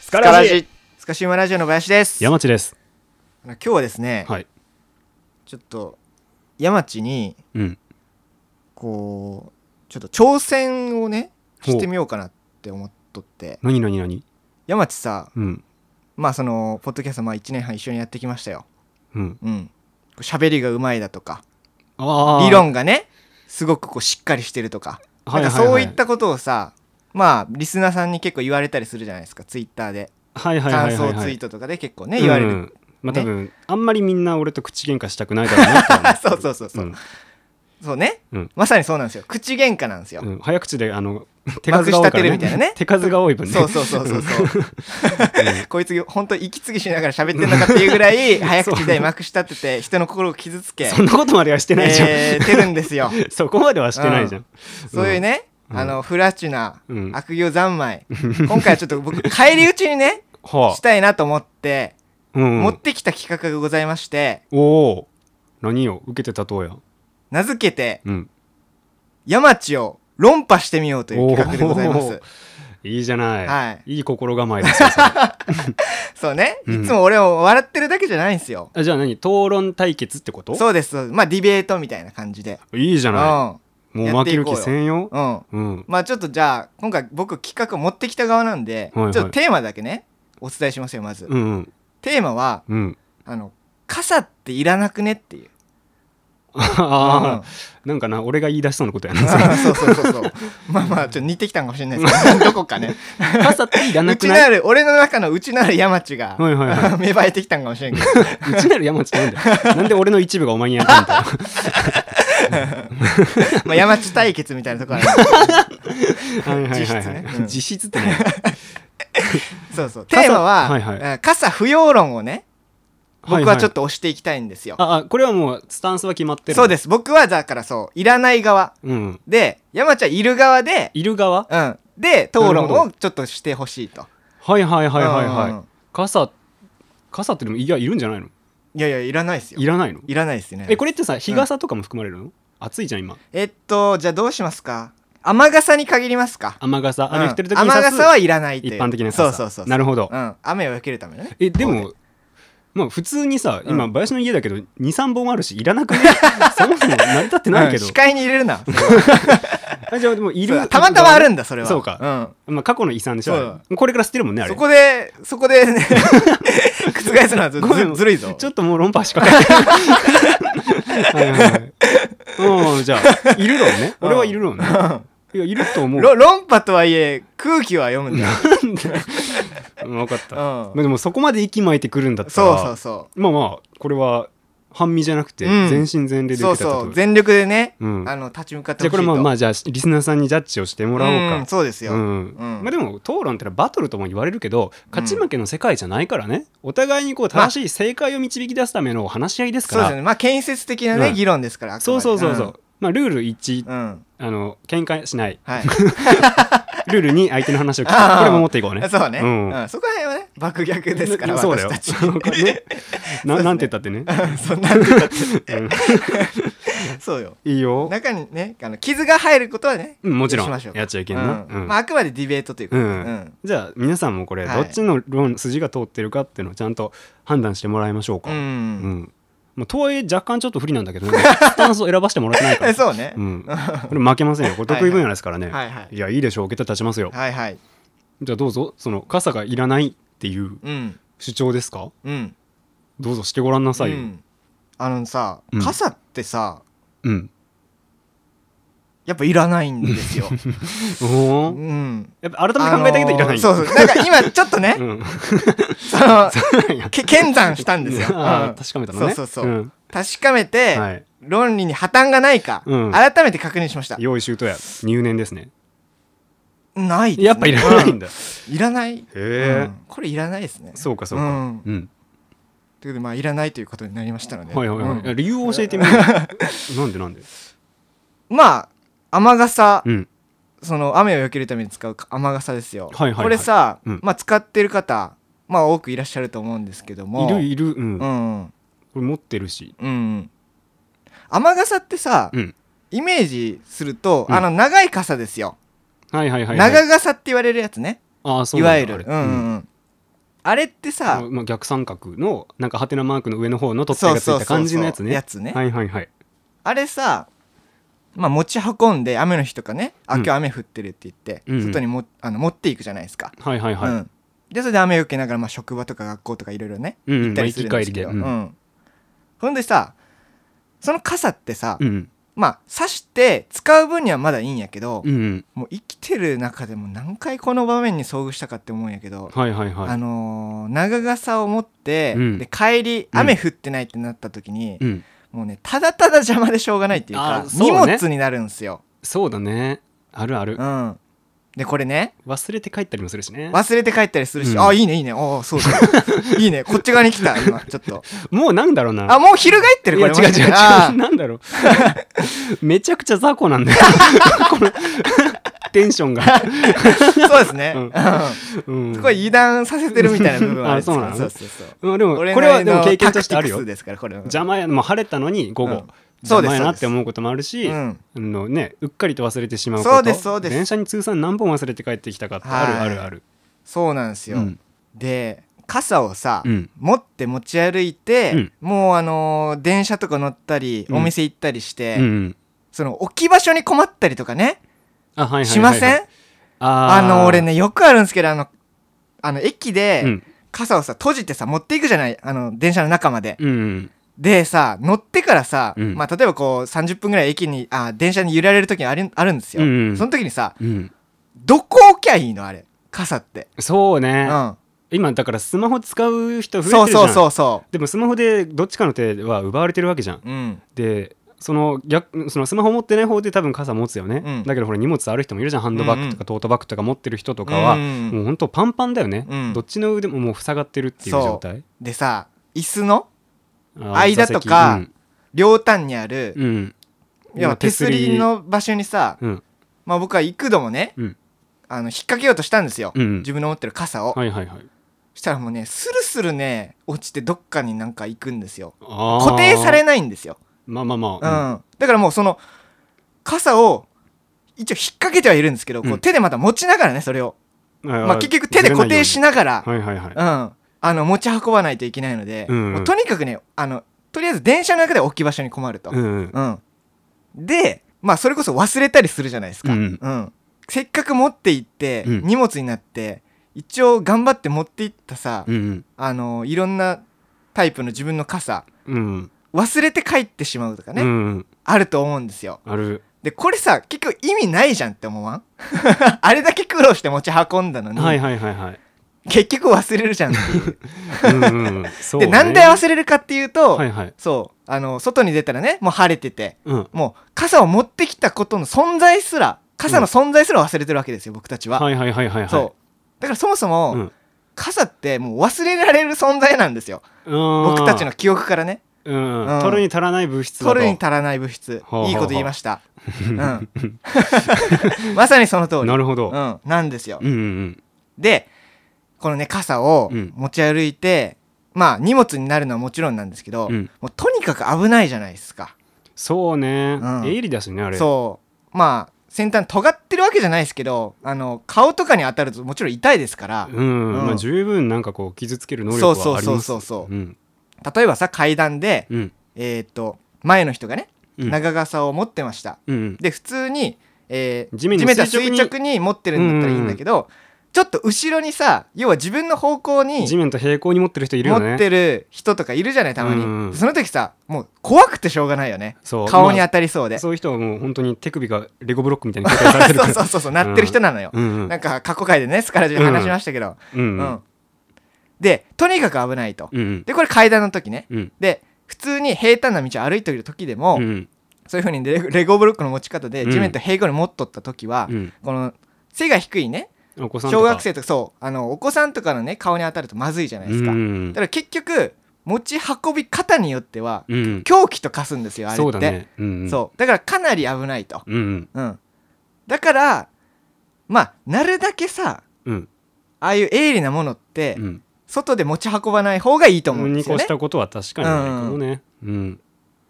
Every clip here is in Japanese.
スカラジスカシウマラジオの林です山地です。あの今日はですね、はい。ちょっと山地にうん。こうちょっと挑戦をねしてみようかなって思っとって何何何山地さうん。まあそのポッドキャストまあ1年半一緒にやってきましたようん。うんこう喋りがうまいだとかあー理。論がねすごくこうしっかりしてるとかはいなはんいはかいそういったことをさまあリスナーさんに結構言われたりするじゃないですかツイッターではいはいは感いはい想はい。ツイートとかで結構ね言われうるん。まあね多分、あんまりみんな俺と口喧嘩したくないだろうなとは思って そうそう そうそううんそうね、うんまさにそうなんですよ口喧嘩なんですよ、うん。早口で、あの、手数が多いかまくしたてるらみたいなねね。手数が多い分ね。そうそうそうそうそう こいつ本当息継ぎしながら喋ってんのかっていうぐらい早口でまくしたってて人の心を傷つけそんなことまではしてないじゃん。えーてるんですよ そこまではしてないじゃん。そういうね、うんあのフラチュな、うん悪行三昧今回はちょっと僕返り討ち にねはしたいなと思って、あ。うん持っ。てきた企画がございましておお。何よ。受けてたうや。名付けてうん。山地を論破してみようという企画でございまおすーいいじゃない。はいい心構えですよ。それ そうね、うんいつも俺を笑ってるだけじゃないんですよあじゃあ何討論対決ってことそうですそうですまあディベートみたいな感じでいいじゃなうい。もうやっ負ていけるこうよ気せんよ。んうんうん。まあちょっとじゃあ今回僕企画持ってきた側なんで、はいはいちょっとテーマだけねお伝えしますよまず、うん うん。テーマはうん。あの傘っていらなくねっていうああ、なんかな、俺が言い出しそうな ことやな。そうそうそ うそうまあまあちょっと似てきたんかもしれないですけどどこかね傘っていらうなくちなないる俺の中のうちなる山地が、はいはいは 芽生えてきたんかもし れんけどうちなる山地なんだ よ。なんで俺の一部がお前にやったんだよ。まあ山地対決みたいなところあるは いはい実は質いねはうんい。実質ってね。そうそう傘テーマは、はいはいうん傘不要論をね 僕はちょっと。と押していきたいんですよ、あ、あこれはもう、スタンスは決まってる。。そうですす僕はだからそういらない側うん。で山ちゃんいる側でいる側うんで討論なるほをちょっとしてほしいとはいはいはいはいうんうんうはんい。傘、傘ってでも、いや、いるんじゃないのいやいやいらないですよいらないのいらないですねえ、これってさ、日傘とかも含まれるの暑いじゃん、今。えっとじゃあどうしますか雨傘に限りますか雨傘。うん雨降ってる時に雨差す傘はいらないという一般的なそう傘。そうそうなるほどう。ん雨を避けるためのねえでそもまあ普通にさ今うん林の家だけど23本あるしいらなく ねそもそも成り立ってないけどうん視界に入れるなそれはあじゃあで もいそうる たまたまあるんだだそれはそうかまあ過去の遺産でしょそうあれこれから捨てるもんねうあんれそこでそこでね 覆すのはずごめんずずるいぞちょっともう論破しかかないはいはいはいうんじゃあいるろうねうん俺はいるろうねいやいると思うろ論破とはいえ空気は読むん だようん分かったうんまあでもそこまで息巻いてくるんだったそうそらうそまあまあこれは半身じゃなくてうん全身全霊うでそ受うけたそこうと全力でねうんあの立ち向かってじゃあほしいことれまあまあじゃあリスナーさんにジャッジをしてもらおうかんそうですよ、うんうんまあ、でも討論ってのはバトルとも言われるけど勝ち負けの世界じゃないからね、お互いにこう正しい正解を導き出すための話し合いですかそうでら、すよねまあ建設的なね、うん議論ですからあくまでそうそうそうそう、まあ、ルール1、うん、うんあの喧嘩しないはいルール2相手の話を聞く ああこれも持っていこうねそうね、ううんんそこら辺はね爆逆ですからそうだよ私たち ねななんて言ったってね、そんなんだってうん そうよいいよ、中にねあの傷が入ることはねうんもちろしんましょうかやっちゃいけんうな、んうんまあ、あくまでディベートというか、うんうんじゃあ皆さんもこれはどいっちの論筋が通ってるかっていうのをちゃんと判断してもらいましょうか、うんうんまあ、とはいえ若干ちょっと不利なんだけど ねスタンスを選ばせてもらってないかえら そうね、うん、これ負けませんよこれ得意分野ですからねいはいはいやいいでしょう桁立ちますよ、はいはいじゃあどうぞその傘がいらないっていううん主張ですかうんどうぞしてごらんなさいよう、んあのさ、うん傘ってさうんやっぱいらないんで すおよ、うおーんやっぱ改めて考えたけどいらない、あのーそうそうなんか今ちょっとね、うん そのそうなんやけ剣山したんですよ、あうーん確かめたのねそうそうそう、ん確かめて、はい論理に破綻がないか、うん改めて確認しました用意周到や入念ですねないですねやっぱいらないんだ、うんいらない、へえ、うんこれいらないですねそうかそうかうんん、ということでまあいらないということになりましたので、はいはいはい、うん理由を教えてみる なんでなんでまあ雨傘、うんその雨を避けるために使う雨傘ですよ、はいはいはいこれさ、うんまあ、使ってる方まあ多くいらっしゃると思うんですけどもいるいるうん、うこれん持ってるしうん雨傘ってさ、うんイメージすると、うんあの長い傘ですよ、はいはいはい、はい、長傘って言われるやつねああそういなんだわゆるあれうんうんうんあれってさまあ、逆三角のなんかハテナマークの上の方の取っ手がついた感じのやつねやつね、はいはいはいあれさまあ持ち運んで雨の日とかね「あうん今日雨降ってる」って言って、うんうん外にもあの持っていくじゃないですか、はいはいはい、うん、でそれで雨よけながら、まあ、職場とか学校とかいろいろねうんうん行ったりするんですけまど、あ行き帰りでううんほんでさその傘ってさ、うんまあ刺して使う分にはまだいいんやけど、うんうんもう生きてる中でも何回この場面に遭遇したかって思うんやけど、はいはいはあいのー長傘を持って、うんで帰りうん雨降ってないってなった時に、うんもうねただただ邪魔でしょうがないっていうかあーそうね荷物になるんすよ。そうだねあるあるうん、でこれね忘れて帰ったりもするしね忘れて帰ったりするし、うんあいいねいいねああそうだい いねこっち側に来た今ちょっともうなんだろうなあもう翻ってるいこやれ違うもし違う違かしうたらあーなんだろう めちゃくちゃ雑魚なん だよこのテンションが、そうですね、うんううんん、すごい油断させてるみたいな部分はあるんですけどあそうなのそうそうそううんでもこ俺れはでもの経験としてあるタよクティクスですからこれは邪魔やもう晴れたのに午後、うんそう邪で魔すやなって思うこともあるし、うんあのね、うっかりと忘れてしまうことそうですそうです電車に通算何本忘れて帰ってきたかってあるはあいるある、そうなんですよ、うんで傘をさ、うん持って持ち歩いて、うんもうあのー電車とか乗ったり、うんお店行ったりして、うんうんその置き場所に困ったりとかね、あはいはいはいはいしませんああーの俺ねよくあるんですけどあのあの駅で、うん傘をさ閉じてさ持っていくじゃないあの電車の中まで、うんうんでさ乗ってからさ、うんまあ、例えばこう30分ぐらい駅にあ電車に揺られる時があるあるんですよ、うんうんその時にさうんどこ置きゃいいのあれ傘って、そううね、ん、今だからスマホ使う人増えてそるうじゃんそうそうそでもスマホでどっちかの手は奪われてるわけじゃんううんでその逆そのスマホ持ってない方で多分傘持つよね、うんだけどほら荷物ある人もいるじゃんハンドバッグとうんうかトートバッグとか持ってる人とかは、うんうんもうほんとパンパンだよね、うんどっちの腕ももう塞がってるっていうそう状態でさ椅子のあー間と座か席両端にある、うん、うん要は手すりの場所にさ、うんまあ、僕は幾度もね、うんあの引っ掛けようとしたんですよ、うん自分の持ってる傘を、はいはいはいしたらもうねスルスルね落ちてどっかになんか行くんですよあー固定されないんですよ、まあまあまうんあ、だからもうその傘を一応引っ掛けてはいるんですけど、こううん手でまた持ちながらねそれを、うんまあ、結局手で固定しなながらはいはいはい、うん、あの持ち運ばないといけないので、うんうんもうとにかくねあのとりあえず電車の中で置き場所に困ると、うんうんうん、でまあそれこそ忘れたりするじゃないですか、うんせっかく持って行って、うん荷物になって一応頑張って持って行ったさ、うんあのいろんなタイプの自分の傘うんうん忘れて帰ってしまうとかね、うんうんあると思うんですよあるでこれさ結局意味ないじゃんって思わん あれだけ苦労して持ち運んだのに、はいはいはいはい結局忘れるじゃんっていう うんうん そうでねなんで忘れるかっていうと、はいはいそうあの外に出たらねもう晴れててうんもう傘を持ってきたことの存在すら傘の存在すら忘れてるわけですよ、僕たちは、はいはいはいはいはいそうだからそもそも、うん傘ってもう忘れられる存在なんですよ僕僕たちの記憶からねうんうん取るに足らない物質だと取るに足らない物質ほうほうほういいこと言い ました、うん、 まさにその通りなるほどうん、なんですよ、うんうんでこのね傘をうん持ち歩いて、まあ荷物になるのはもちろんなんですけど、うんもうとにかく危ないじゃないですかそうねうん鋭利だしねあれそうまあ先端尖ってるわけじゃないですけどあの顔とかに当たるともちろん痛いですから、うんうんまあ十分なんかこう傷つける能力はありますそうそうそうそうそうん例えばさ階段で、うんえーっと前の人がねうん長傘を持ってました、うんで普通に、えー地面に地面と垂直に垂直に持ってるんだったらいいんだけど、ちょっと後ろにさ要は自分の方向に地面と平行に持ってる人いる持よねってる人とかいるじゃないたまに、うんその時さもう怖くてしょうがないよねそう顔に当たりそうで、そういう人はもう本当に手首がレゴブロックみたいに固定されてる そかうらそうそうそうなってる人なのよ、うんうんなんか過去回でねスカラジで話しましたけど、ううんんうんでとにかく危ないと、うんでこれ階段の時ねうんで普通に平坦な道を歩いている時でも、うんそういう風にレレゴブロックの持ち方でうん地面と平行に持っとった時は、うんこの背が低いねお子さんと小か学生とかそうあのお子さんとかのね顔に当たるとまずいじゃないですか、うんだから結局持ち運び方によってはうんうん凶器と化すんですよあれってそうだねうんうんそうだからかなり危ないと、うんうん、だからまあなるだけさうんああいう鋭利なものって、うん外で持ち運ばない方がいいと思うんにですよ越ねし。たことは確かにないかもねうん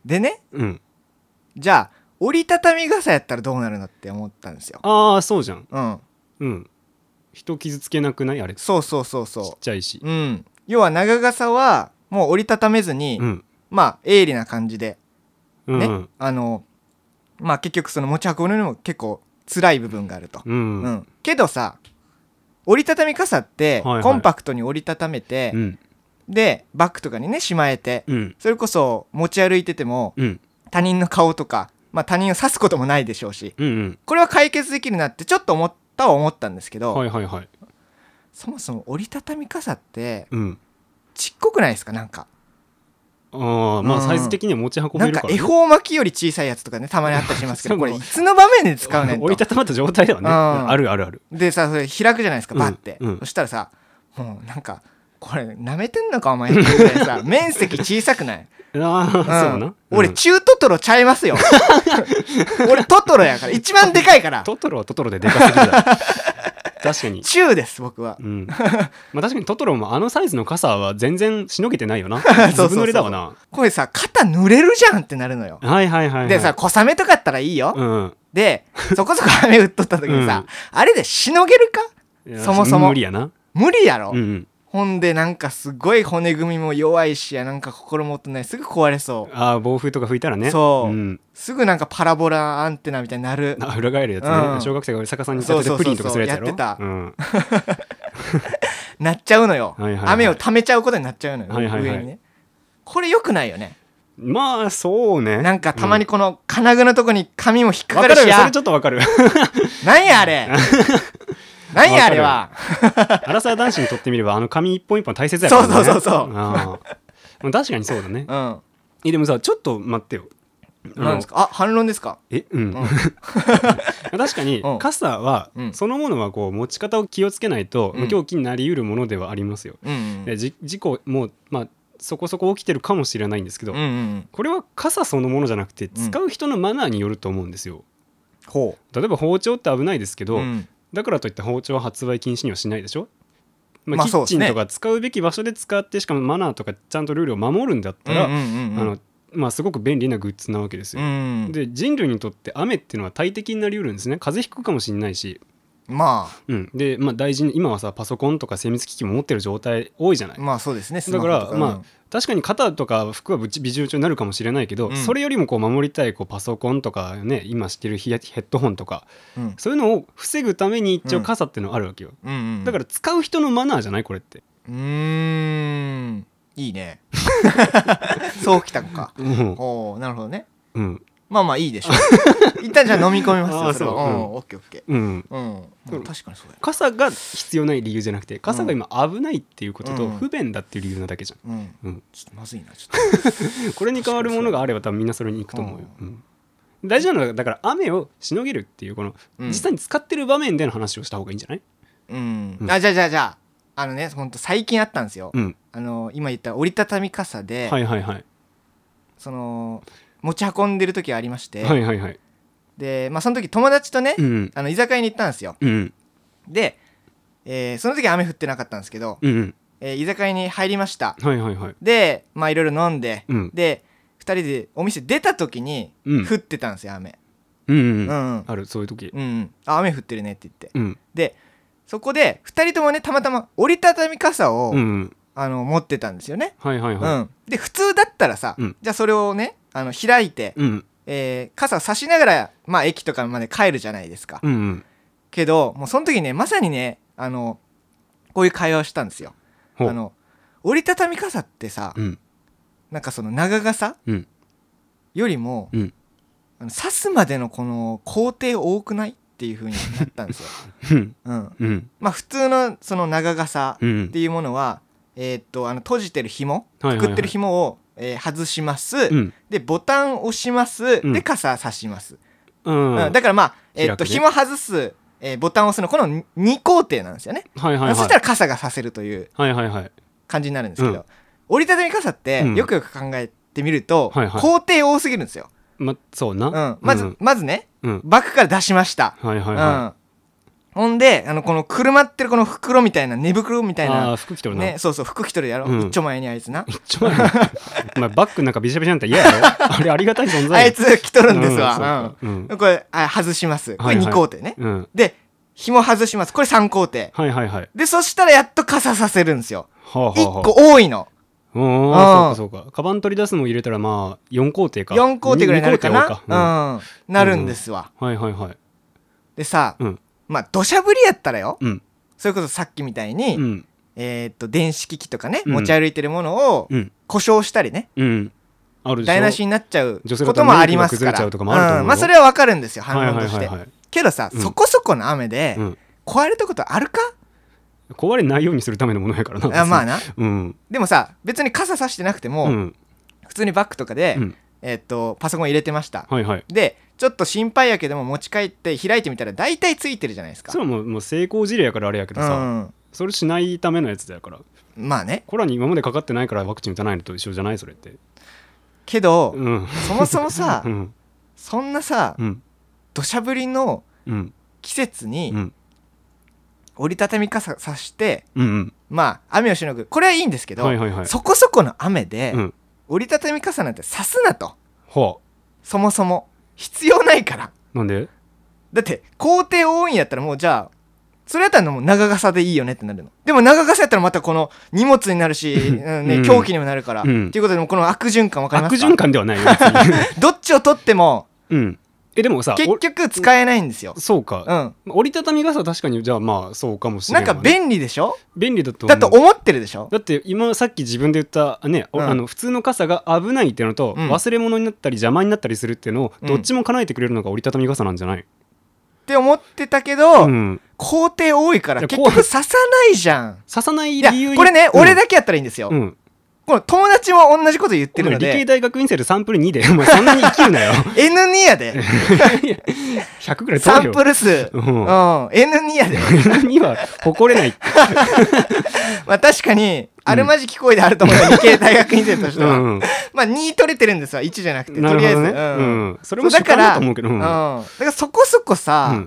でねうんじゃあ折りたたみ傘やったらどうなるのって思ったんですよ。ああそうじゃんうん、うん人傷つけなくないあれちっそうそうそうそちゃいしう、うん、要は長傘はもう折りたためずに、うんまあ鋭利な感じでうんね、うんあのまあ結局その持ち運ぶのにも結構辛い部分があると、ううんんけどさ折りたたみ傘ってはいはいコンパクトに折りたためて、うんでバッグとかにねしまえて、うんそれこそ持ち歩いててもうん他人の顔とか、まあ、他人を刺すこともないでしょうしうんこれは解決できるなってちょっと思ったは思ったんですけうんど、はいはいはいそもそも折りたたみ傘ってうんちっこくないですかなんかああまあうんサイズ的には持ち運べなんるかからね恵方巻きより小さいやつとかねたまにあったりしますけど そうこれいつの場面で使う ねん折りとたたまった状態ではねううんんあるあるあるでさそれ開くじゃないですかうんバッて、うんそしたらさもうなんかこれなめてんのかお前ってぐらい さ面積小さくない、あうんあ そうな俺うん中トトロちゃいま すよ俺トトロやから一番でかいからトトロはトトロででかすぎるだろ 確かに中です僕はうん、まあ確かにトトロもあのサイズの傘は全然しのげてないよな そずうそうそうぶ濡れだわなこれさ肩濡れるじゃんってなるのよはいはいはい、はい、でさ小雨とかだったらいいよ、うんでそこそこ雨降っとった時にさ、あれでしのげるかいやそもそも無理やな無理やろ、うんうんほんでなんかすごい骨組みも弱いしやなんか心もとないすぐ壊れそうああ暴風とか吹いたらね、そうんすぐなんかパラボラアンテナみたいになるあ裏返るやつね、うん小学生が逆さに立てそうそうそてプうそうリンとかするやつやろやってたうん、なっちゃうのよ、はいはいはい雨を溜めちゃうことになっちゃうのよ、はいはいはい上にねこれ良くないよねまあそうねなんかたまにこの金具のとこに髪も引っうんかわかかるるしよそやれちょっとわかるなんや あれなんやあれはアラサー男子にとってみればあの紙一本一本大切やからねそうそうそうそうああまあ確かにそうだねうんえでもさちょっと待ってよあのなんですかあ反論ですかえうん、うん 確かにうん傘はうんそのものはこう持ち方を気をつけないとうん狂気になりうるものではありますよ。うんうんでじ事故もまあそこそこ起きてるかもしれないんですけど、うんうんこれは傘そのものじゃなくて使う人のマナーによると思うんですよ。ほ例えば包丁って危ないですけど、うんだからといって包丁は発売禁止にはしないでしょまあ、まあキッチンそうとでか使うべき場所で使ってしかもマナーとかちゃんとルールを守るんだったら、うんうんうんあのまあ、すごく便利なグッズなわけですよ。うんで人類にとって雨っていうのは大敵になりうるんですね風邪ひくかもしれないし、まうん、で、まあ、大事に今はさパソコンとか精密機器も持ってる状態多いじゃないあまあそうですねスマだホかとらまうんあ確かに肩とか服はぶちびちょびちょになるかもしれないけど、うんそれよりもこう守りたいこうパソコンとかね今してるヒヤヘッドホンとかうんそういうのを防ぐために一う応ん傘っていうのはあるわけよ、うんうんだから使う人のマナーじゃないこれって、うーんいいね そうきたんかうんおおなるほどねうんまあまあいいでしょう一旦じゃあ飲み込みますよ あーそれはそうううんんオッケーオッケーうん、うん、うん確かにそうや傘が必要ない理由じゃなくて傘が今危ないっていうことうとん不便だっていう理由なだけじゃんうん、うんちょっとまずいなち ょっこれに変わるものがあれば多分みんなそれに行くと思うよ、うん大事なのはだから雨をしのげるっていうこの、うん実際に使ってる場面での話をした方がいいんじゃないと、うんう、んあじゃあじゃあじゃああのねほんと最近あったんですよ、うんあの今言った折りたたみ傘で、はいはいはい、その持ち運んでる時ありまして、はいはいはいでまあその時友達とね、うんあの居酒屋に行ったんですようんで、えーその時雨降ってなかったんですけど、うんうんえー居酒屋に入りましたはいはいはいでまあいろいろ飲んで、うんで2人でお店出た時にうん降ってたんですよ雨うんううんん、うんあるそういう時うんうんあ雨降ってるねって言ってうんでそこで2人ともねたまたま折りたたみ傘を、うんうんあの持ってたんですよね、はいはいはうん、で普通だったらさ、うんじゃあそれをねあの開いて、いうんえー傘を差しながら、まあ、駅とかまで帰るじゃないですか、うんうんけどもうその時ねまさにねあのこういう会話をしたんですよあほうの折りたたみ傘ってさ、うんなんかその長傘、うんよりも、うんあの刺すまでのこの工程多くないっていう風になったんですよ、 うんうん、うんまあ普通のその長傘うっんていうものは、えーっとあの閉じてる紐はいはいはいくくってる紐を、えー外します、うんでボタンを押します、うんで傘差します、うんうはんいだからまあ、えーっと開くね紐外す、えーボタンを押すのこの2工程なんですよね、はいはいそしたら傘が差せるというはいはいはい感じになるんですけど、うん折りたたみ傘ってうんよくよく考えてみると、はいはい工程多すぎるんですよ、まそうな、うん、まず、うんまずねうんバッグから出しました、はいはいはうん、ほんであのこのくるまってるこの袋みたいな寝袋みいたいあなあー服着とるな、ね、そうそう服着とるやろ、うん一丁前にあい つな一丁前に お前バッグなんかびしゃびしゃなんて嫌やろあれありがたい存在よあいつ着とるんですわ、うんそうそううんうんこれあ外しますこれはいはい2工程ね、うんで紐外しますこれ3工程はいはいはい。でそしたらやっと傘させるんですよはあ、はあ1はあ、個多いのうーんあーそうかそうか。カバン取り出すのを入れたらまあ4工程か。 4工程ぐらいになるか二二工程は多いかなうんなるんですわうんはいはいはい。でさうんまあ土砂降りやったらようんそれこそさっきみたいうにんえーっと電子機器とかねうん持ち歩いてるものをうん故障したりねうん。あるでしょ。台無しになっちゃう女性こだとともねありまメすかイクが崩れちらゃうとかもあると思うようんまあそれはわかるんですよはい反は論いとしはいてはい。けどさうんそこそこの雨でうん壊れたことあるか壊れないようにするためのものやからな。あまあ。なうん。でもさ別に傘さしてなくてうもん。普通にバッグとかでうんえーっとパソコン入れてましたはいはい。でちょっと心配やけども持ち帰って開いてみたら大体ついてるじゃないですかそれはもうもう成功事例やからあれやけどうさ、んそれしないためのやつだから。まあねコロナに今までかかってないからワクチン打たないのと一緒じゃないそれって。けど、うん。そもそもさうん。そんなさうん。土砂降りのうん。季節うにん。折りたたみ傘さしてうん。まあ雨をしのぐこれはいいんですけど、はいはいはい。そこそこの雨で、うん折りたたみ傘なんてさすなとはそもそも必要ないからあ。なんでだって工程多いんやったらもうじゃあそれやったらもう長傘でいいよねってなるのでも長傘やったらまたこの荷物になるし、うんうね、ん狂気にもなるから、うんっていうことでもうこの悪循環わかりま悪すか循環ではないよ。別 にどっちを取ってもうん。え、でもさ、結お局使えないんですよ。そうかう。ん。折りたたみ傘確かにじゃあまあそうかもしれななんいか便利でしょ便利だと思だうと思ってるでしょだって今さっき自分で言ったね、おうんあの普通の傘が危ないっていうのと、うん忘れ物になったり邪魔になったりするっていうのをうんどっちも叶えてくれるのが折りたたみ傘なんじゃない、って思ってたけど、うん工程多いからいや結こう局刺さないじゃん。刺さないいや理由にこれね、うん俺だけやったらいいんですよ、うん、この友達も同じこと言ってるのお前理系で大学院生でサンプル2でお前そんなに生きる なよ N2 やで100ぐらい サ取るンよプル数、ううんん N2 やでには誇れないってまあ確かにあるまじき声であると思うよ、理系大学院生としてうは、ん、まあ2取れてるんですわ1じゃなくてなとるりあほえず、どね、ううんんそれも主そうだか観らだと思うけどううん、んうんだからそこそこさ、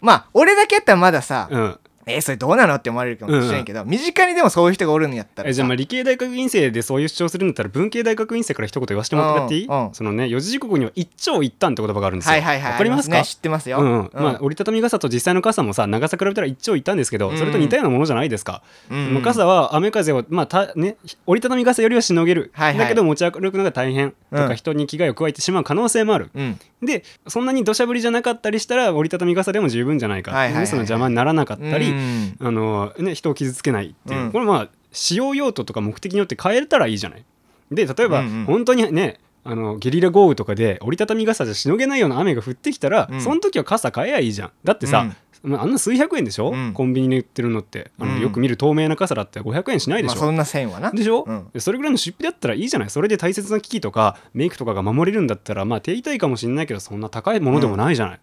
まあ俺だけやったらまださ、うんえーそれどうなのって思われるかもしれんけど、身近にでもそういう人がおるんやったらえじゃあまああ理系大学院生でそういう主張するんだったら文系大学院生から一言言わせてもらっていい、うんうんそのね四字熟語には一長一短って言葉があるんですよ。はいはいはいわかりますかあね知ってますよ、うんうんまあ、う折りたたみ傘と実際の傘もさ長さ比べたら一長一短ですけど、うんそれと似たようなものじゃないですか、んもう傘は雨風を、まあたね、折りたたみ傘よりはしのげる、はいはいだけど持ち歩くのが大変とか、うん人に危害を加えてしまう可能性もあるうんでそんなに土砂降りじゃなかったりしたら折りたたみ傘でも十分じゃないか、はいはいはいはいニュースの邪魔にならなかっうんたり、うんあのね、人を傷つけないっていう、うんこれまあ使用用途とか目的によって変えたらいいじゃない。で例えば、うんうん本当にねあのゲリラ豪雨とかで折りたたみ傘じゃしのげないような雨が降ってきたら、うんその時は傘買えばいいじゃんだってさ、まああんな数百円でしょ、うんコンビニで売ってるのってあの、うんよく見る透明な傘だって500円しないでましあょ、そんな線はなでしょ、うんそれぐらいの出費だったらいいじゃないそれで大切な機器とかメイクとかが守れるんだったらまあ手痛いかもしれないけどそんな高いものでもないじゃない、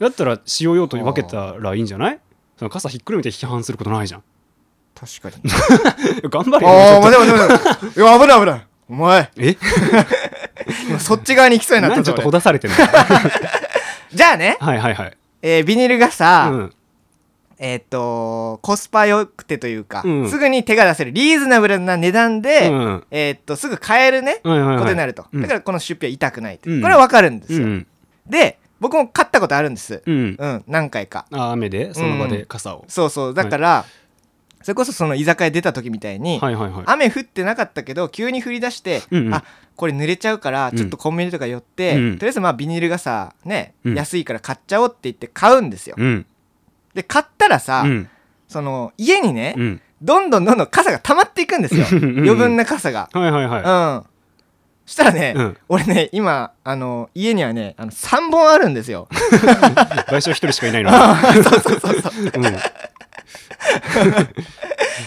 だったら使用用途に分けたらいいんじゃないその傘ひっくるめて批判することないじゃん 確かに頑張れよああちょっ待て待て待ていや危ない危ないお前とえ今そっち側に行きそうになっ何たちょぞっとほだされ てるのは俺じゃあね、いはいはい、えービニール傘、うん、えーっとコスパ良くてというか、うんすぐに手が出せるリーズナブルな値段で、うんえーっとすぐ買えるね、はいはいはいことになると、うんだからこの出費は痛くないと、うんこれはわかるんですうよ、んで僕も買ったことあるんですうんうん何回かあ雨でその場で傘を、そうそうだから、それこそその居酒屋出た時みたいに、はいはいはい雨降ってなかったけど急に降り出して、うんうんあこれ濡れちゃうからうんちょっとコンビニとか寄って、うんとりあえずまあビニール傘ね、うん安いから買っちゃおうって言って買うんですよ、うんで買ったらさ、うんその家にね、うんどんどんどんどん傘が溜まっていくんですようんうんうん余分な傘がはいはいはいうんしたらね、うん俺ね今あの家にはねあの3本あるんですよ賠償一人しかいないのそうそうそうそう、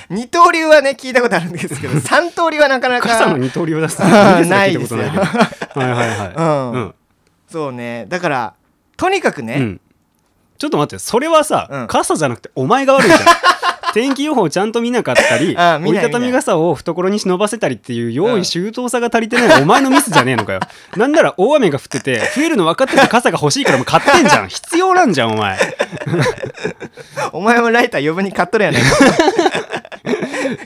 二刀流はね聞いたことあるんです けど三刀流はなかなか傘の二刀流を出すあーないですね聞いたことないけどはいはいはい。うんそうねだからとにかくね、うんちょっと待って、それはさ、うん傘じゃなくてお前が 悪いじゃん。天気予報をちゃんと見なかったり、あー見折なりいたたみ傘を懐に忍ばせたりっていう用意周到さが足りてないお前のミスじゃねえのかよ。なんなら大雨が降ってて、増えるの分かってて傘が欲しいからもう買ってんじゃん。必要なんじゃん、お前。お前もライター余分に買っとるやないか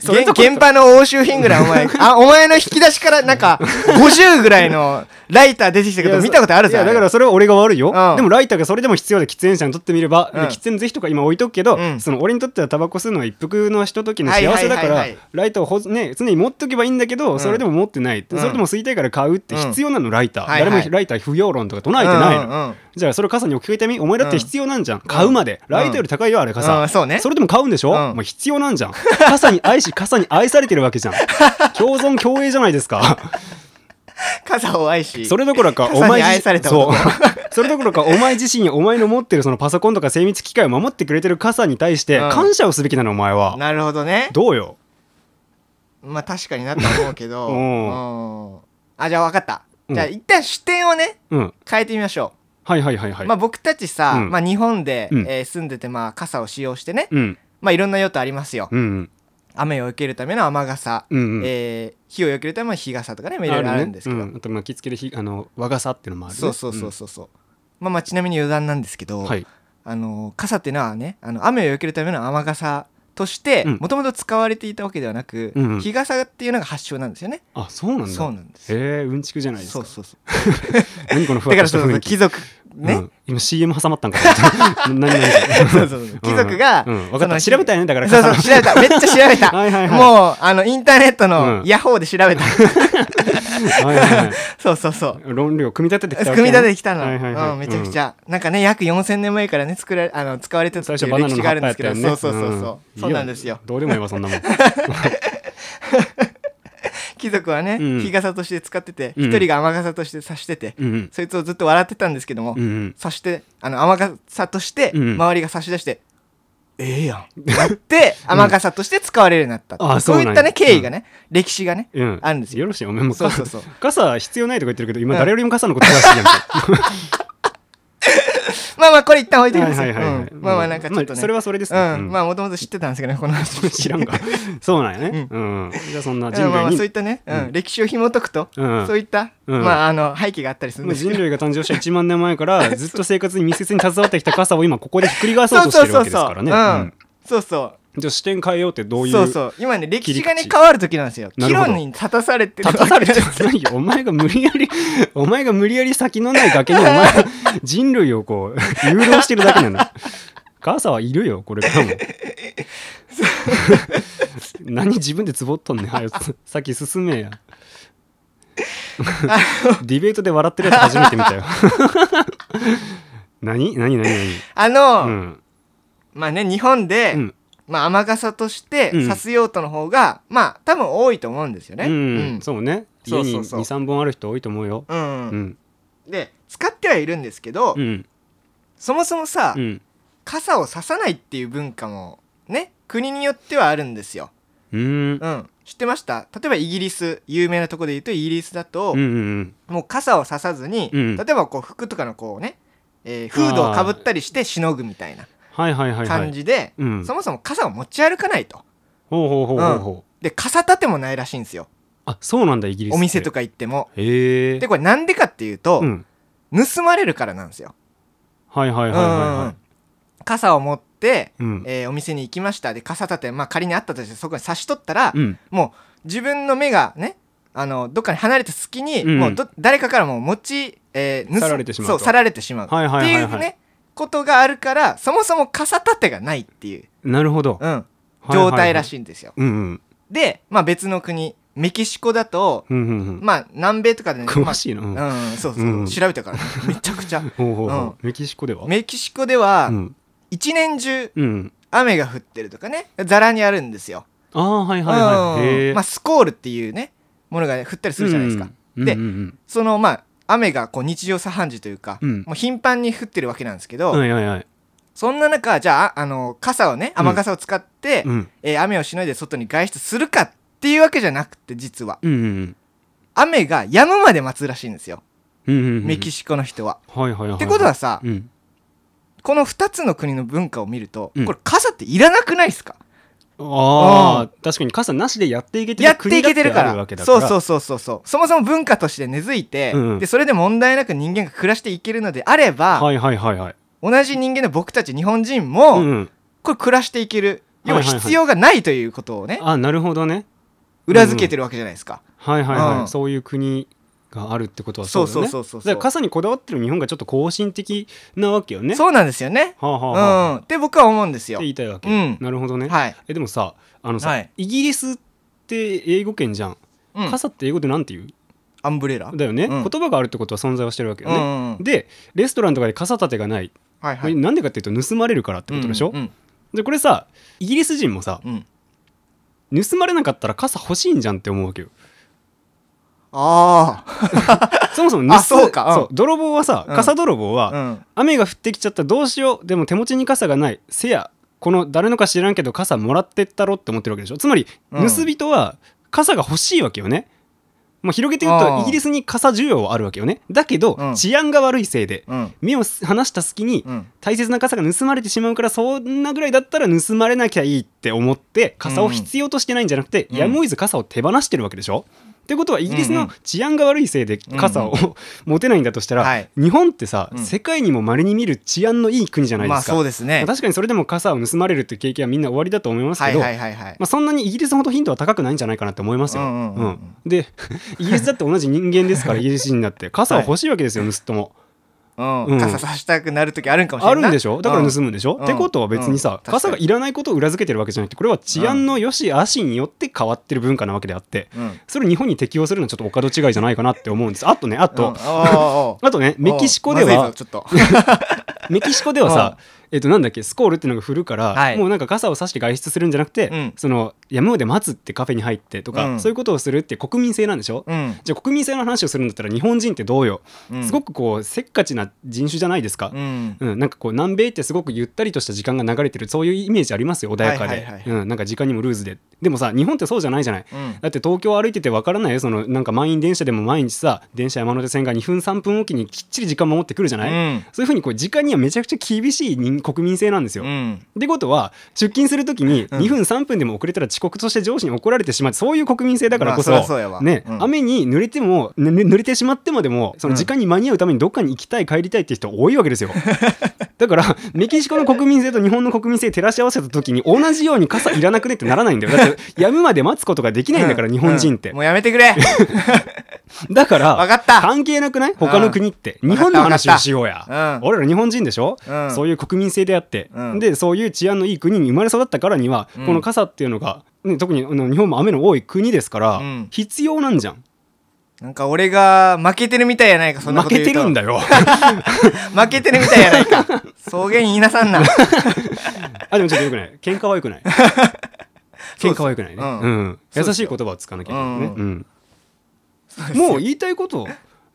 それとか現現場の押収品ぐらいお 前あお前の引き出しからなんか50ぐらいのライター出てきたけど見たことあるいぞやだあかれらそれは俺が悪いよ、うんでもライターがそれでも必要で喫煙者にとってみれば、でうん喫煙是非とか今置いとくけど、うんその俺にとってはタバコ吸うのは一服のひとときの幸せだから、はいはいはいはいライターをほずね、常に持っとけばいいんだけど、んそれでも持ってない、んそれでも吸いたいから買うって必要なのライター、はいはい誰もライター不要論とか唱えてないの、うんうんうんじゃあそれ傘に置き換えてみお前だって必要なんじゃん、買うまでライトより高いよあれ傘、うんそうねれでも買うんでしょ、んもう必要なんじゃん傘に愛し傘に愛されてるわ けじゃん共存共栄じゃないですか傘を愛しそれどころか お傘に前自愛されたそう 男それどころかお前自身やお前の持ってるそのパソコンとか精密機械を守ってくれてる傘に対してうん感謝をすべきなのお前は、なるほどねどうよまあ確かになと思うけ どううんあじゃあ分かったじゃあ一旦視点をねうん変えてみましょはいはいはいはう、い、まあ、僕たちさ、うんまあ、日本で、うんえー住んでて、まあ、傘を使用してね、うんまあ、いろんな用途ありますよ、うんうん雨を避けるための雨傘、うんうんえー火を避けるための日傘とかねまあいろいろあるんですけど、あねうんあと巻きつけるひあの和傘っていうのもある、ね、そうそうそうそうそう、まあ、まあちなみに余談なんですけど、うんはいあの傘っていうのはねあの雨を避けるための雨傘としてうんもともと使われていたわけではなく、うんうん日傘っていうのが発祥なんですよね、あそうなんだそうなんですよえー、うんちくじゃないですそかうそうそう何このふだわっとからしたそう雰そう囲気貴族うね、ん今 CM 挟まったんかな 何何々 そうそう そう貴族が、うんうん分かったその調べたよねだからそうそう調べためっちゃ調べ たはいはいはいもうあのインターネットのうんヤホーで調べた、 はいはいはそうそうそうい論理を組み立ててきたわけ組みね立ててきたの、はいはいはいうん、めちゃくちゃ、なんかね約4000年前からね作られあの使われてた最って初いうバナ歴ナ史の葉があっるぱやっんですけたど、よねそうそうそうそう、んそうなんですよどうでもいいわそん なもん貴族はね、うん日傘として使っててうん一、人が雨傘として差してて、うんうんそいつをずっと笑ってたんですけども、うんうん差してあの雨傘としてうん周りが差し出して、ええやんなって雨傘として使われるようになったって、ああそうそなんういやったね経緯がね、歴史がね、うんあるんですよよろしいお前もそうそうそう傘必要ないとか言ってるけど今誰よりも傘のこと詳しいじゃんまあまあこれ一旦置いてくだはさいいはいはいはいうんまあまあなんかちょっとね、それはそれですねうんうんまあもともと知ってたんですけどねこの話 知らんが そうなんやねうんじゃあそんな人うんまあまあ類そういにったね、うんうん歴史を紐解くと、うんそういった、うんまああの背景があったりするんもうですけ人ど類が誕生した1万年前 からずっと生活に密接に携わってきた傘を今ここでひっくり返そうとしてるわけですからねそうそうそうそう、ううんん、そうそうじゃあ視点変えようってどういうそうそう今ね歴史がね切り口変わる時なんですよな議るほど論に立たされてる立たされてないよお前が無理やりお前が無理やり先のない崖にお前が人類をこう誘導してるだけなの傘はいるよこれからも何自分でつぼっとんねんはよ先進めやディベートで笑ってるやつ初めて見たよ何何何何 あの、うんまあね日本で、うんまあ、雨傘としてうん刺す用途の方が、まあ多分多いと思うんですよねうんうんそうねそ家うにそうそう23本ある人多いと思うようんうんで使ってはいるんですけど、うんそもそもさ、うん傘を刺さないっていう文化もね国によってはあるんですよ、うんうん、知ってました例えばイギリス有名なとこで言うとイギリスだと、うんうんもう傘を刺さずに、うん例えばこう服とかのこうね、えーフードをかぶったりしてしのぐみたいなはいはいはいは感いじで、うんそもそも傘を持ち歩かないとほうほうほうほうほう、で傘立てもないらしいんですよあそうなんだイギリスお店とかか行ってもへえでこれなんでかっていうと、うん、盗まれるからなんですよ、はいはいはいうんうんうはん傘を持って、いはいうんえーお店に行きましたで傘立て、まあ、仮にあったとしてそこに差し取ったら、うんもう自分の目がねあのどっかに離れた隙に、うんもうど誰かからもう持ち、えー盗さられてしまうそとうさられてしまう、はいはいはいはいっていうねことがあるからそもそも傘立てがないっていう、なるほど、うん、状態らいしいんですよ、はいはいうんで、まあ、別の国メキシコだと、うんうんうんうんまあ南米とかでね、ま詳あしいな、うんうん、そうそう、うん調べたか ら、ね、めちゃくちゃほうほうほう、うんメキシコではメキシコではうん、一年中うん、雨が降ってるとかねざらにあるんですよ、ああはいはいはいへうえんまあ、スコールっていうねものが、ね、降ったりするじゃないですか、うん、でうんうんそのまあ雨がこう日常茶飯事というか、うんもう頻繁に降ってるわけなんですけど、うん、はいはいはい、そんな中じゃああの傘をね雨傘を使って、うんえー雨をしのいで外に外出するかっていうわけじゃなくて実はうんうん雨が止むまで待つらしいんですよ、うんうんうん、メキシコの人は。コはいはいはい、ってことはさ、うん、この2つの国の文化を見ると、うんこれ傘っていらなくないですかああ確かに傘なしでやっていけてやるって国いだけっててるからあるわけだかそうらそうそうそうそうそもそも文化として根付いて、うんうんでそれで問題なく人間が暮らしていけるのであれば、はいはいはいはい、同じ人間の僕たち日本人も、うんうん、これ暮らしていける要ははいはいはい必要がないということをねあなるほどね裏付けてるわけじゃないですか、はいはいはい、うんそういう国があるってことはそそううだよそうねそうそうだそかうら傘にこだわってる日本がちょっと後進的なわけよねそうなんですよねはあはあうはあ、んっって僕は思うんですてよ言いたいわけ、うんなるほどね、はい、えでもさあのさ、はいイギリスって英語圏じゃん、うん、傘って英語でなんて言うアンブレラだよね、うん言葉があるってことは存在はしてるわけようんうね、んうんでレストランとかで傘立てがない、はいこはれいなんでかっていうと盗まれるからってことでしょ、うんでこれさイギリス人もさうんうん盗まれなかったら傘欲しいんじゃんって思うわけ よあそもそもあ盗そうかうんそう泥棒はさうん傘泥棒は、あうん雨が降ってきちゃったどうしようでも手持ちに傘がないせやこの誰のか知らんけど傘もらってったろって思ってるわけでしょつまりうん盗人は傘が欲しいわけよね、まあ、広げて言うあとーイギリスに傘需要はあるわけよねだけど、うん治安が悪いせいでうん目をす離した隙にうん大切な傘が盗まれてしまうからそんなぐらいだったら盗まれなきゃいいって思って傘を必要としてないんじゃなくて、うんやむを得ず傘を手放してるわけでしょってことはイギリスうんのうん治安が悪いせいで傘を、う持てないんだとしたら、はい日本ってさ、うん世界にも稀に見る治安のいい国じゃないまであすか、そうですね確かにそれでも傘を盗まれるって経験はみんな終わりだと思いますはけいど、はいはいはいまあ、そんなにイギリスほど頻度は高くないんじゃないかなって思いますよ。うんうんうんうんでイギリスだって同じ人間です からイギリス人だって傘は欲しいわけですよ盗人も。うん、うん傘さしたくなる時あるんかもしれあないるんでしょだから盗む、むんでしょ、うんってことは別にうんさ、確かに傘がいらないことを裏付けてるわけじゃなくてこれは治安の良し悪しによって変わってる文化なわけであってうんうんそれを日本に適用するのはちょっとお門違いじゃないかなって思うんですあとねあうんおと、ーおーあとね メキシコでまずはいぞちょっとメキシコではさ、えっとなんだっけスコールっていうのが振るから、はいもうなんか傘を差して外出するんじゃなくて、うんその山まで待つってカフェに入ってとか、うんそういうことをするって国民性なんでしょ、 うん、じゃあ国民性の話をするんだったら日本人ってどうよ、うん、すごくこうせっかちな人種じゃないですか、うんうん、なんかこう南米ってすごくゆったりとした時間が流れてるそういうイメージありますよ穏やかはでいはいはいはいうんなんか時間にもルーズででもさ日本ってそうじゃないじゃないうんだって東京歩いててわからないよそのなんか満員電車でも毎日さ電車山手線が2分3分おきにきっちり時間守ってくるじゃない、うんそういうふうにこう時間にはめちゃくちゃ厳しい人国民性なんですよ、うんってことは出勤するときにうん2分3分でも遅れたら遅刻として上司に怒られてしまうそういう国民性だからこそ,、まあそりゃそうやわねうん雨に濡れても、ぬぬ濡れてしまってもでもその時間に間に合うためにどっかに行きたい帰りたいって人多いわけ ですよだからメキシコの国民性と日本の国民性照らし合わせたときに同じように傘いらなくねってならないんだよだってやむまで待つことができないんだからう日本人ってもうやめてく れだからわかった関係なくない他の国ってうん日本の話わをかったわかったしようや、うん俺ら日本人でしょ、うんそういう国民性であって、うんでそういう治安のいい国に生まれ育ったからには、うんこの傘っていうのが、ね、特にあの日本も雨の多い国ですから、うん必要なんじゃんなんか俺が負けてるみたいやないかそんな負ことけ言うとてるんだ よ負けてるみたいやない か草原言いなさんなあでもちょっとよくない喧嘩はよ くない喧嘩はよくないね、ううんんそう優ですしい言葉を使わなきゃいけないね、ううんそうですよもう言いたいこと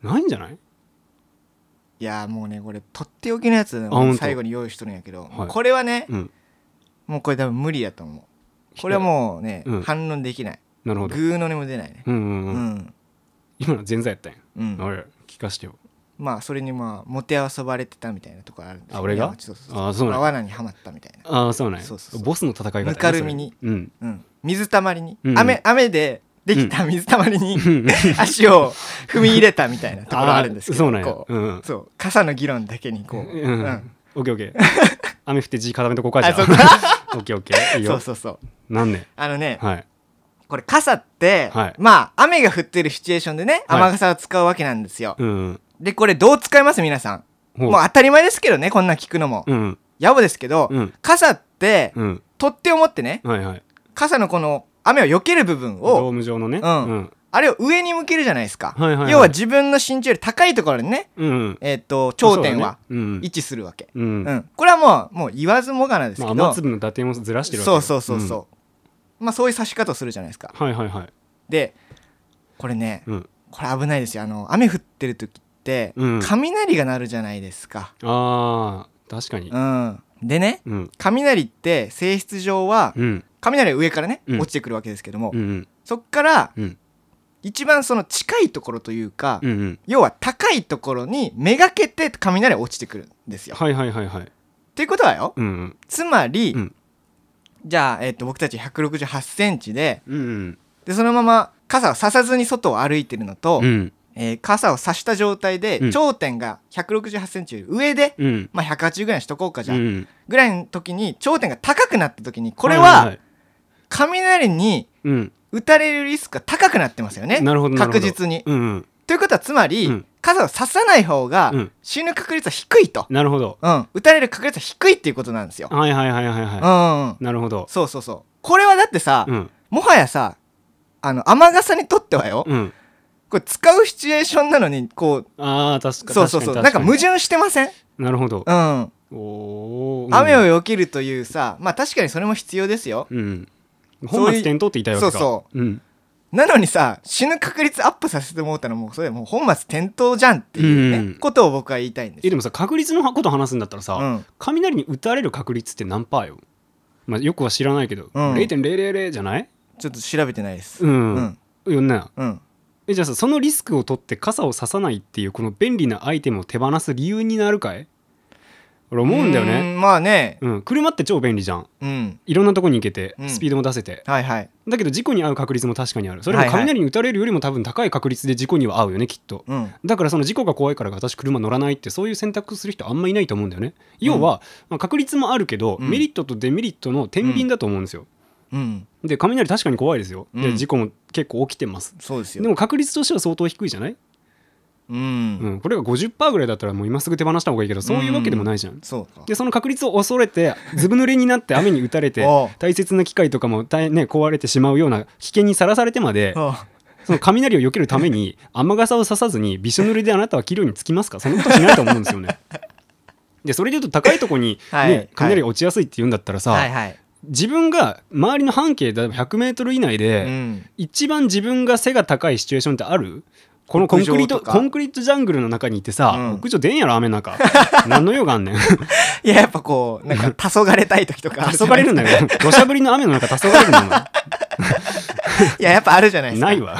ないんじゃないいやもうねこれとっておきのやつほんと最後に用意しとるんやけど、はいこれはねうんもうこれ多分無理やと思うこれはもうね、うん反論できないなるグほど、ーの音も出ないねうんうんううんん今のは前座やったんや、うん、あれ聞かしてよまあそれにまあもてあそばれてたみたいなとこあるんですよねあ俺がそうそうそうあそうなんや罠にはまったみたいなああそうねそうそうそうボスの戦い方ねぬかるみにそれうんうん、水たまりに、うんうん雨雨でできた水たまりに、ん 足を踏み入れたみたいなところあるんですけどあーそうなんやこううんうんそう傘の議論だけにこう、ううんんオッケーオッケ ー雨降って地固めとこうかじゃああそうか オッケーオッケーいい そようそうそうなんねあのね、はいこれ傘って、はいまあ雨が降ってるシチュエーションでねはい雨傘を使うわけなんですよ、うんうんでこれどう使います皆さんほもう当たり前ですけどねこんなん聞くのも、うんやぼですけど、うん傘って、うん取っ手を持ってねはいはい傘のこの雨を避ける部分ドーをム状のねうんうんあれを上に向けるじゃないですか、はいはいはい要は自分の身長より高いところにね、うんえっと頂点はそうだねうん位置するわけ、ううんんこれはもうもう言わずもがなですけまあど、雨粒の打点をずらしてるわけそようそうそうそう、まあそういう刺し方をするじゃないですかうんはいはいはいでこれね、うんこれ危ないですよあの雨降ってる時って、うん雷が鳴るじゃないですか、あー確かにうん、でねうん雷って性質上はうん雷は上からね、うん落ちてくるわけですけども、うんうんそっからうん一番その近いところというか、うんうん要は高いところにめがけて雷は落ちてくるんですよ。はいはいはいはいっていうことはようんうんつまり、うんじゃあ、えっと僕たち1 6 8センチでうんでそのまま傘をささずに外を歩いてるのと、うんえー傘を差した状態で、うん頂点が1 6 8ンチより上で、うんまあ、180ぐらいにしとこうかじゃあ、うんぐらいの時に頂点が高くなった時にこれいはいい雷にうん打たれるリスクが高くなってますよねなるほどなるほど確実に。うんうんということはつまり、うん傘を差さない方がうん死ぬ確率は低いと、なるほどうん、打たれる確率は低いっていうことなんですよ。はいはいはいはいはうんういんなるほどそうそうそうこれはだってさ、うんもはやさあの雨傘にとってはよ、うんこれ使うシチュエーションなのにこああ確うかそうそうそう確なかんかに矛盾してません、なるほどうん、おー雨を避けるというさまあ確かにそれも必要ですようんうんそういう本末転倒って言いたいわけかそうそううんなのにさ死ぬ確率アップさせてもうたらもうそれもう本末転倒じゃんっていうね、うんことを僕は言いたいんですえよでもさ確率のこと話すんだったらさ、うん雷に打たれる確率って何パーよ、まあ、よくは知らないけど、うん0.000じゃないちょっと調べてないですうん、うんよねうんえじゃあさそのリスクを取って傘をささないっていうこの便利なアイテムを手放す理由になるかい俺思うんだよねーまあねうん、車って超便利じゃんうんいろんなとこに行けてうんスピードも出せて、はいはいだけど事故に遭う確率も確かにあるそれもはいはい雷に打たれるよりも多分高い確率で事故には合うよねきっと、うんだからその事故が怖いから私車乗らないってそういう選択する人あんまいないと思うんだよね要は、まあ確率もあるけど、うんメリットとデメリットの天秤だと思うんですよ、うんで雷確かに怖いですよ、うでん事故も結構起きてますそうですでよも確率としては相当低いじゃない、うん、うん、これが50%ぐらいだったらもう今すぐ手放した方がいいけどそういうわけでもないじゃん、そうかでその確率を恐れてずぶ濡れになって雨に打たれておう大切な機械とかも大、ね、壊れてしまうような危険にさらされてまであその雷を避けるため に雨傘をささずにびしょ濡れであなたは器量につきますかそんなことしないと思うんですよ ね。でそれで言うと高いとこに、ねはい雷が落ちやすいって言うんだったらさ、はいはい、自分が周りの半径例えば 100m 以内うで、ん、一番自分が背が高いシチュエーションってあるこのコンクリート屋上とかコンクリートジャングルの中にいてさ、うん屋上出んやろ雨の 中何の用があんねんいややっぱこうなんか黄昏れたい時とかあるじ黄ゃ昏ないれるんだよ土砂降りの雨の中黄昏れるんだ いややっぱあるじゃないよですかないわ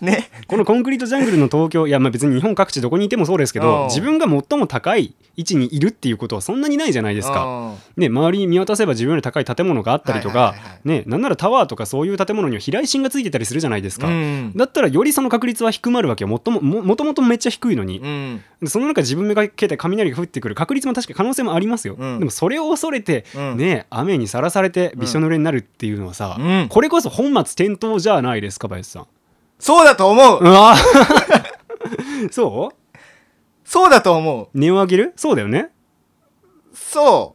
ねこのコンクリートジャングルの東京いやまあ別に日本各地どこにいてもそうですけうんど自分が最も高い位置にいるっていうことはそんなにないじゃないですか。うんね、周りに見渡せば自分より高い建物があったりとはいかはいはいはい、ね、なんならタワーとかそういう建物には飛来心がついてたりするじゃないですか、うんだったらよりその確率は低まるわけよもともももともとめっちゃ低いのに、うんでその中自分めがけて雷が降ってくる確率も確か可能性もありますよ、うんでもそれを恐れて、うんね、雨にさらされてびしょ濡れになるっていうのはさ、うんこれこそ本末転倒じゃないですか林さん。そうだと思うう、わ そそうだと思うう値を上げるそうだよねそ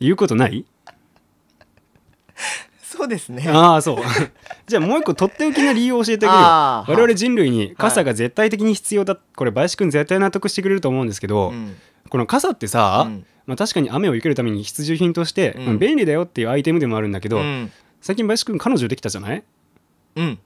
言うことないうそうですねああそう じゃあもう一個とっておきな理由を教えてあげるよあー我々人類に傘が絶対的に必要だ、これ林くん絶対納得してくれると思うんですけど、うんこの傘ってさ、うんまあ、確かに雨を避けるために必需品として、うんまあ便利だよっていうアイテムでもあるんだけど、うん最近林くん彼女できたじゃないうん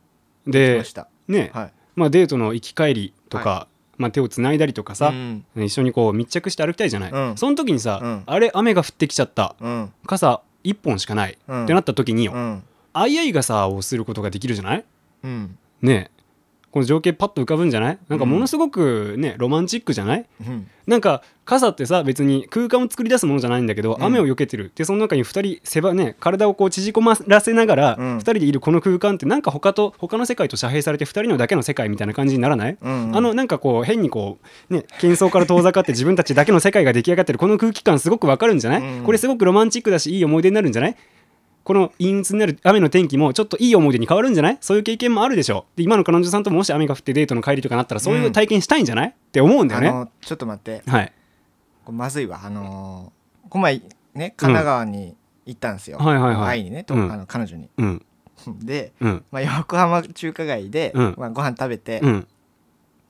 来でましたね、はいまあ、デートの行き帰りとか、はまあ、手をつないだりとかさ、うん一緒にこう密着して歩きたいじゃない、うんその時にさ、うんあれ雨が降ってきちゃったうん傘1本しかない、うんってなった時によ、うんあいあい傘をすることができるじゃないうんねえこの情景パッと浮かぶんじゃないなんかものすごくね、ロマンチックじゃないうんなんか傘ってさ別に空間を作り出すものじゃないんだけど、うん雨を避けてるでその中に2人背ばね体をこう縮こまらせながら、うん2人でいるこの空間ってなんか他と他の世界と遮蔽されて2人のだけの世界みたいな感じにならない、うんあのなんかこう変にこうね 喧騒から遠ざかって自分たちだけの世界が出来上がってるこの空気感すごくわかるんじゃない、うんこれすごくロマンチックだしいい思い出になるんじゃないこの陰鬱になる雨の天気もちょっといい思い出に変わるんじゃないそういう経験もあるでしょで今の彼女さんとももし雨が降ってデートの帰りとかなったらそういう体験したいんじゃない、って思うんだあよねのちょっと待ってはいこれまずいわあのーこの前ね神奈川に行ったんですよはいはいはい会いにねとうんあの彼女に うんでうんまあ横浜中華街でうんまあご飯食べてうん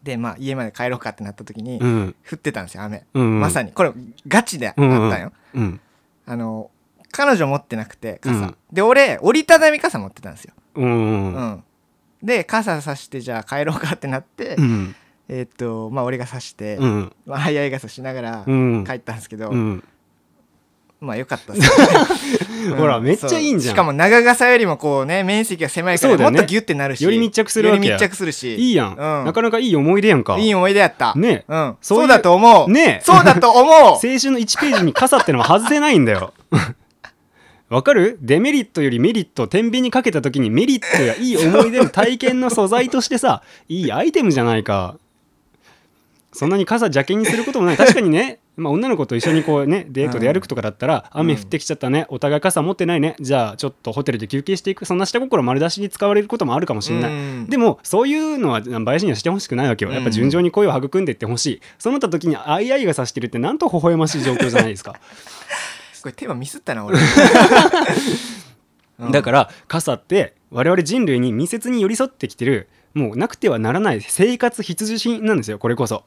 でまあ家まで帰ろうかってなった時にうん降ってたんですよ雨うんまさにこれガチであったんようんあの彼女持ってなくてう傘んで俺折りたたみ傘持ってたんですようんううんんで傘さしてじゃあ帰ろうかってなってうんえーっとまあ俺がさしてうんまあ早い傘しながらうん帰ったんですけどうんまあよかったっす ほらめっちゃいいんじゃんそうしかも長傘よりもこうね面積が狭いかそらうだよねもっとギュってなるしより密着するわけやより密着するしいいやん、うんなかなかいい思い出やんかいい思い出やったねうんそういうそうだと思うねそうだと 思青春の1ページに傘ってのは外せないんだよ。 わかるデメリットよりメリットを天秤にかけた時にメリットやいい思い出の体験の素材としてさ いいアイテムじゃないかそんなに傘邪気にすることもない確かにね、まあ、女の子と一緒にこうねデートで歩くとかだったら、雨降ってきちゃったねお互い傘持ってないねじゃあちょっとホテルで休憩していくそんな下心丸出しに使われることもあるかもしれない、うんでもそういうのは大事にはしてほしくないわけよやっぱ順調に恋を育んでいってほしい、そうなった時にあいあいがさしてるってなんと微笑ましい状況じゃないですかこれテーマミスったな 俺だから傘って我々人類に密接に寄り添ってきてるもうなくてはならない生活必需品なんですよこれこそ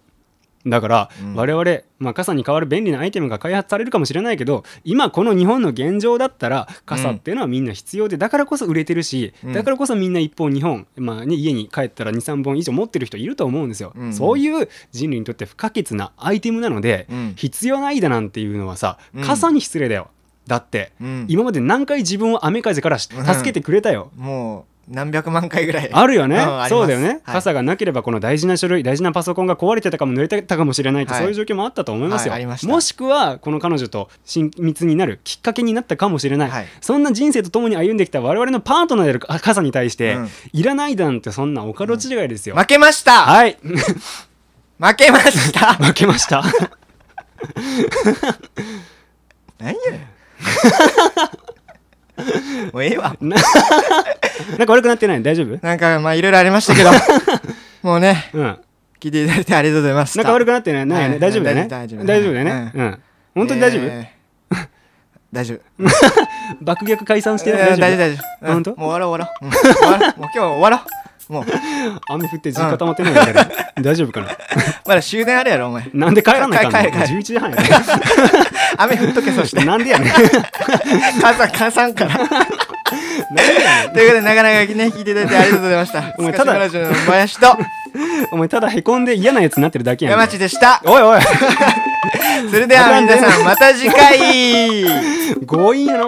だからうん我々、まあ、傘に代わる便利なアイテムが開発されるかもしれないけど今この日本の現状だったら傘っていうのはみんな必要でだからこそ売れてるし、うんだからこそみんな1本2本、まあね、家に帰ったら23本以上持ってる人いると思うんですよ、うんそういう人類にとって不可欠なアイテムなので、うん必要ないだなんていうのはさうん傘に失礼だよだって、うん今まで何回自分を雨風からしうん助けてくれたよ、もう何百万回ぐらいあるよね、うんありますそうだよね、はい傘がなければこの大事な書類大事なパソコンが壊れてたかも濡れてたかもしれないって、はいそういう状況もあったと思いますよ、はいありましたもしくはこの彼女と親密になるきっかけになったかもしれない、はいそんな人生と共に歩んできた我々のパートナーであるか傘に対して、うんいらないだなんてそんなお門違いですよ、負 けました、はい負けま した負けました何やねん もうええわなんか悪くなってない大丈夫なんかまあいろいろあり ましたけどもうねうん聞いていただいてありがとうございましたなんか悪くなってないないよね、はい大丈夫だよね大丈夫大丈夫だよね、うん本当に大丈夫、えー 大丈夫爆逆解 散してえないー大丈夫、大丈夫本当うんもう終わろう終わろう、うん終わろうもう今日は終わろうもう雨降って地固まってないから、大丈夫かなまだ終電あるやろ お前なんで帰らないかん帰の帰帰11時半やね雨降っとけそしてなんでや ねん母さん母さん からということでなかなかね聞いていただいてありがとうございました お前ただスカシマラジオの林とお前ただへこんで嫌なやつになってるだけやね山ん地でした おい おいそれでは皆さんまた次回強引やな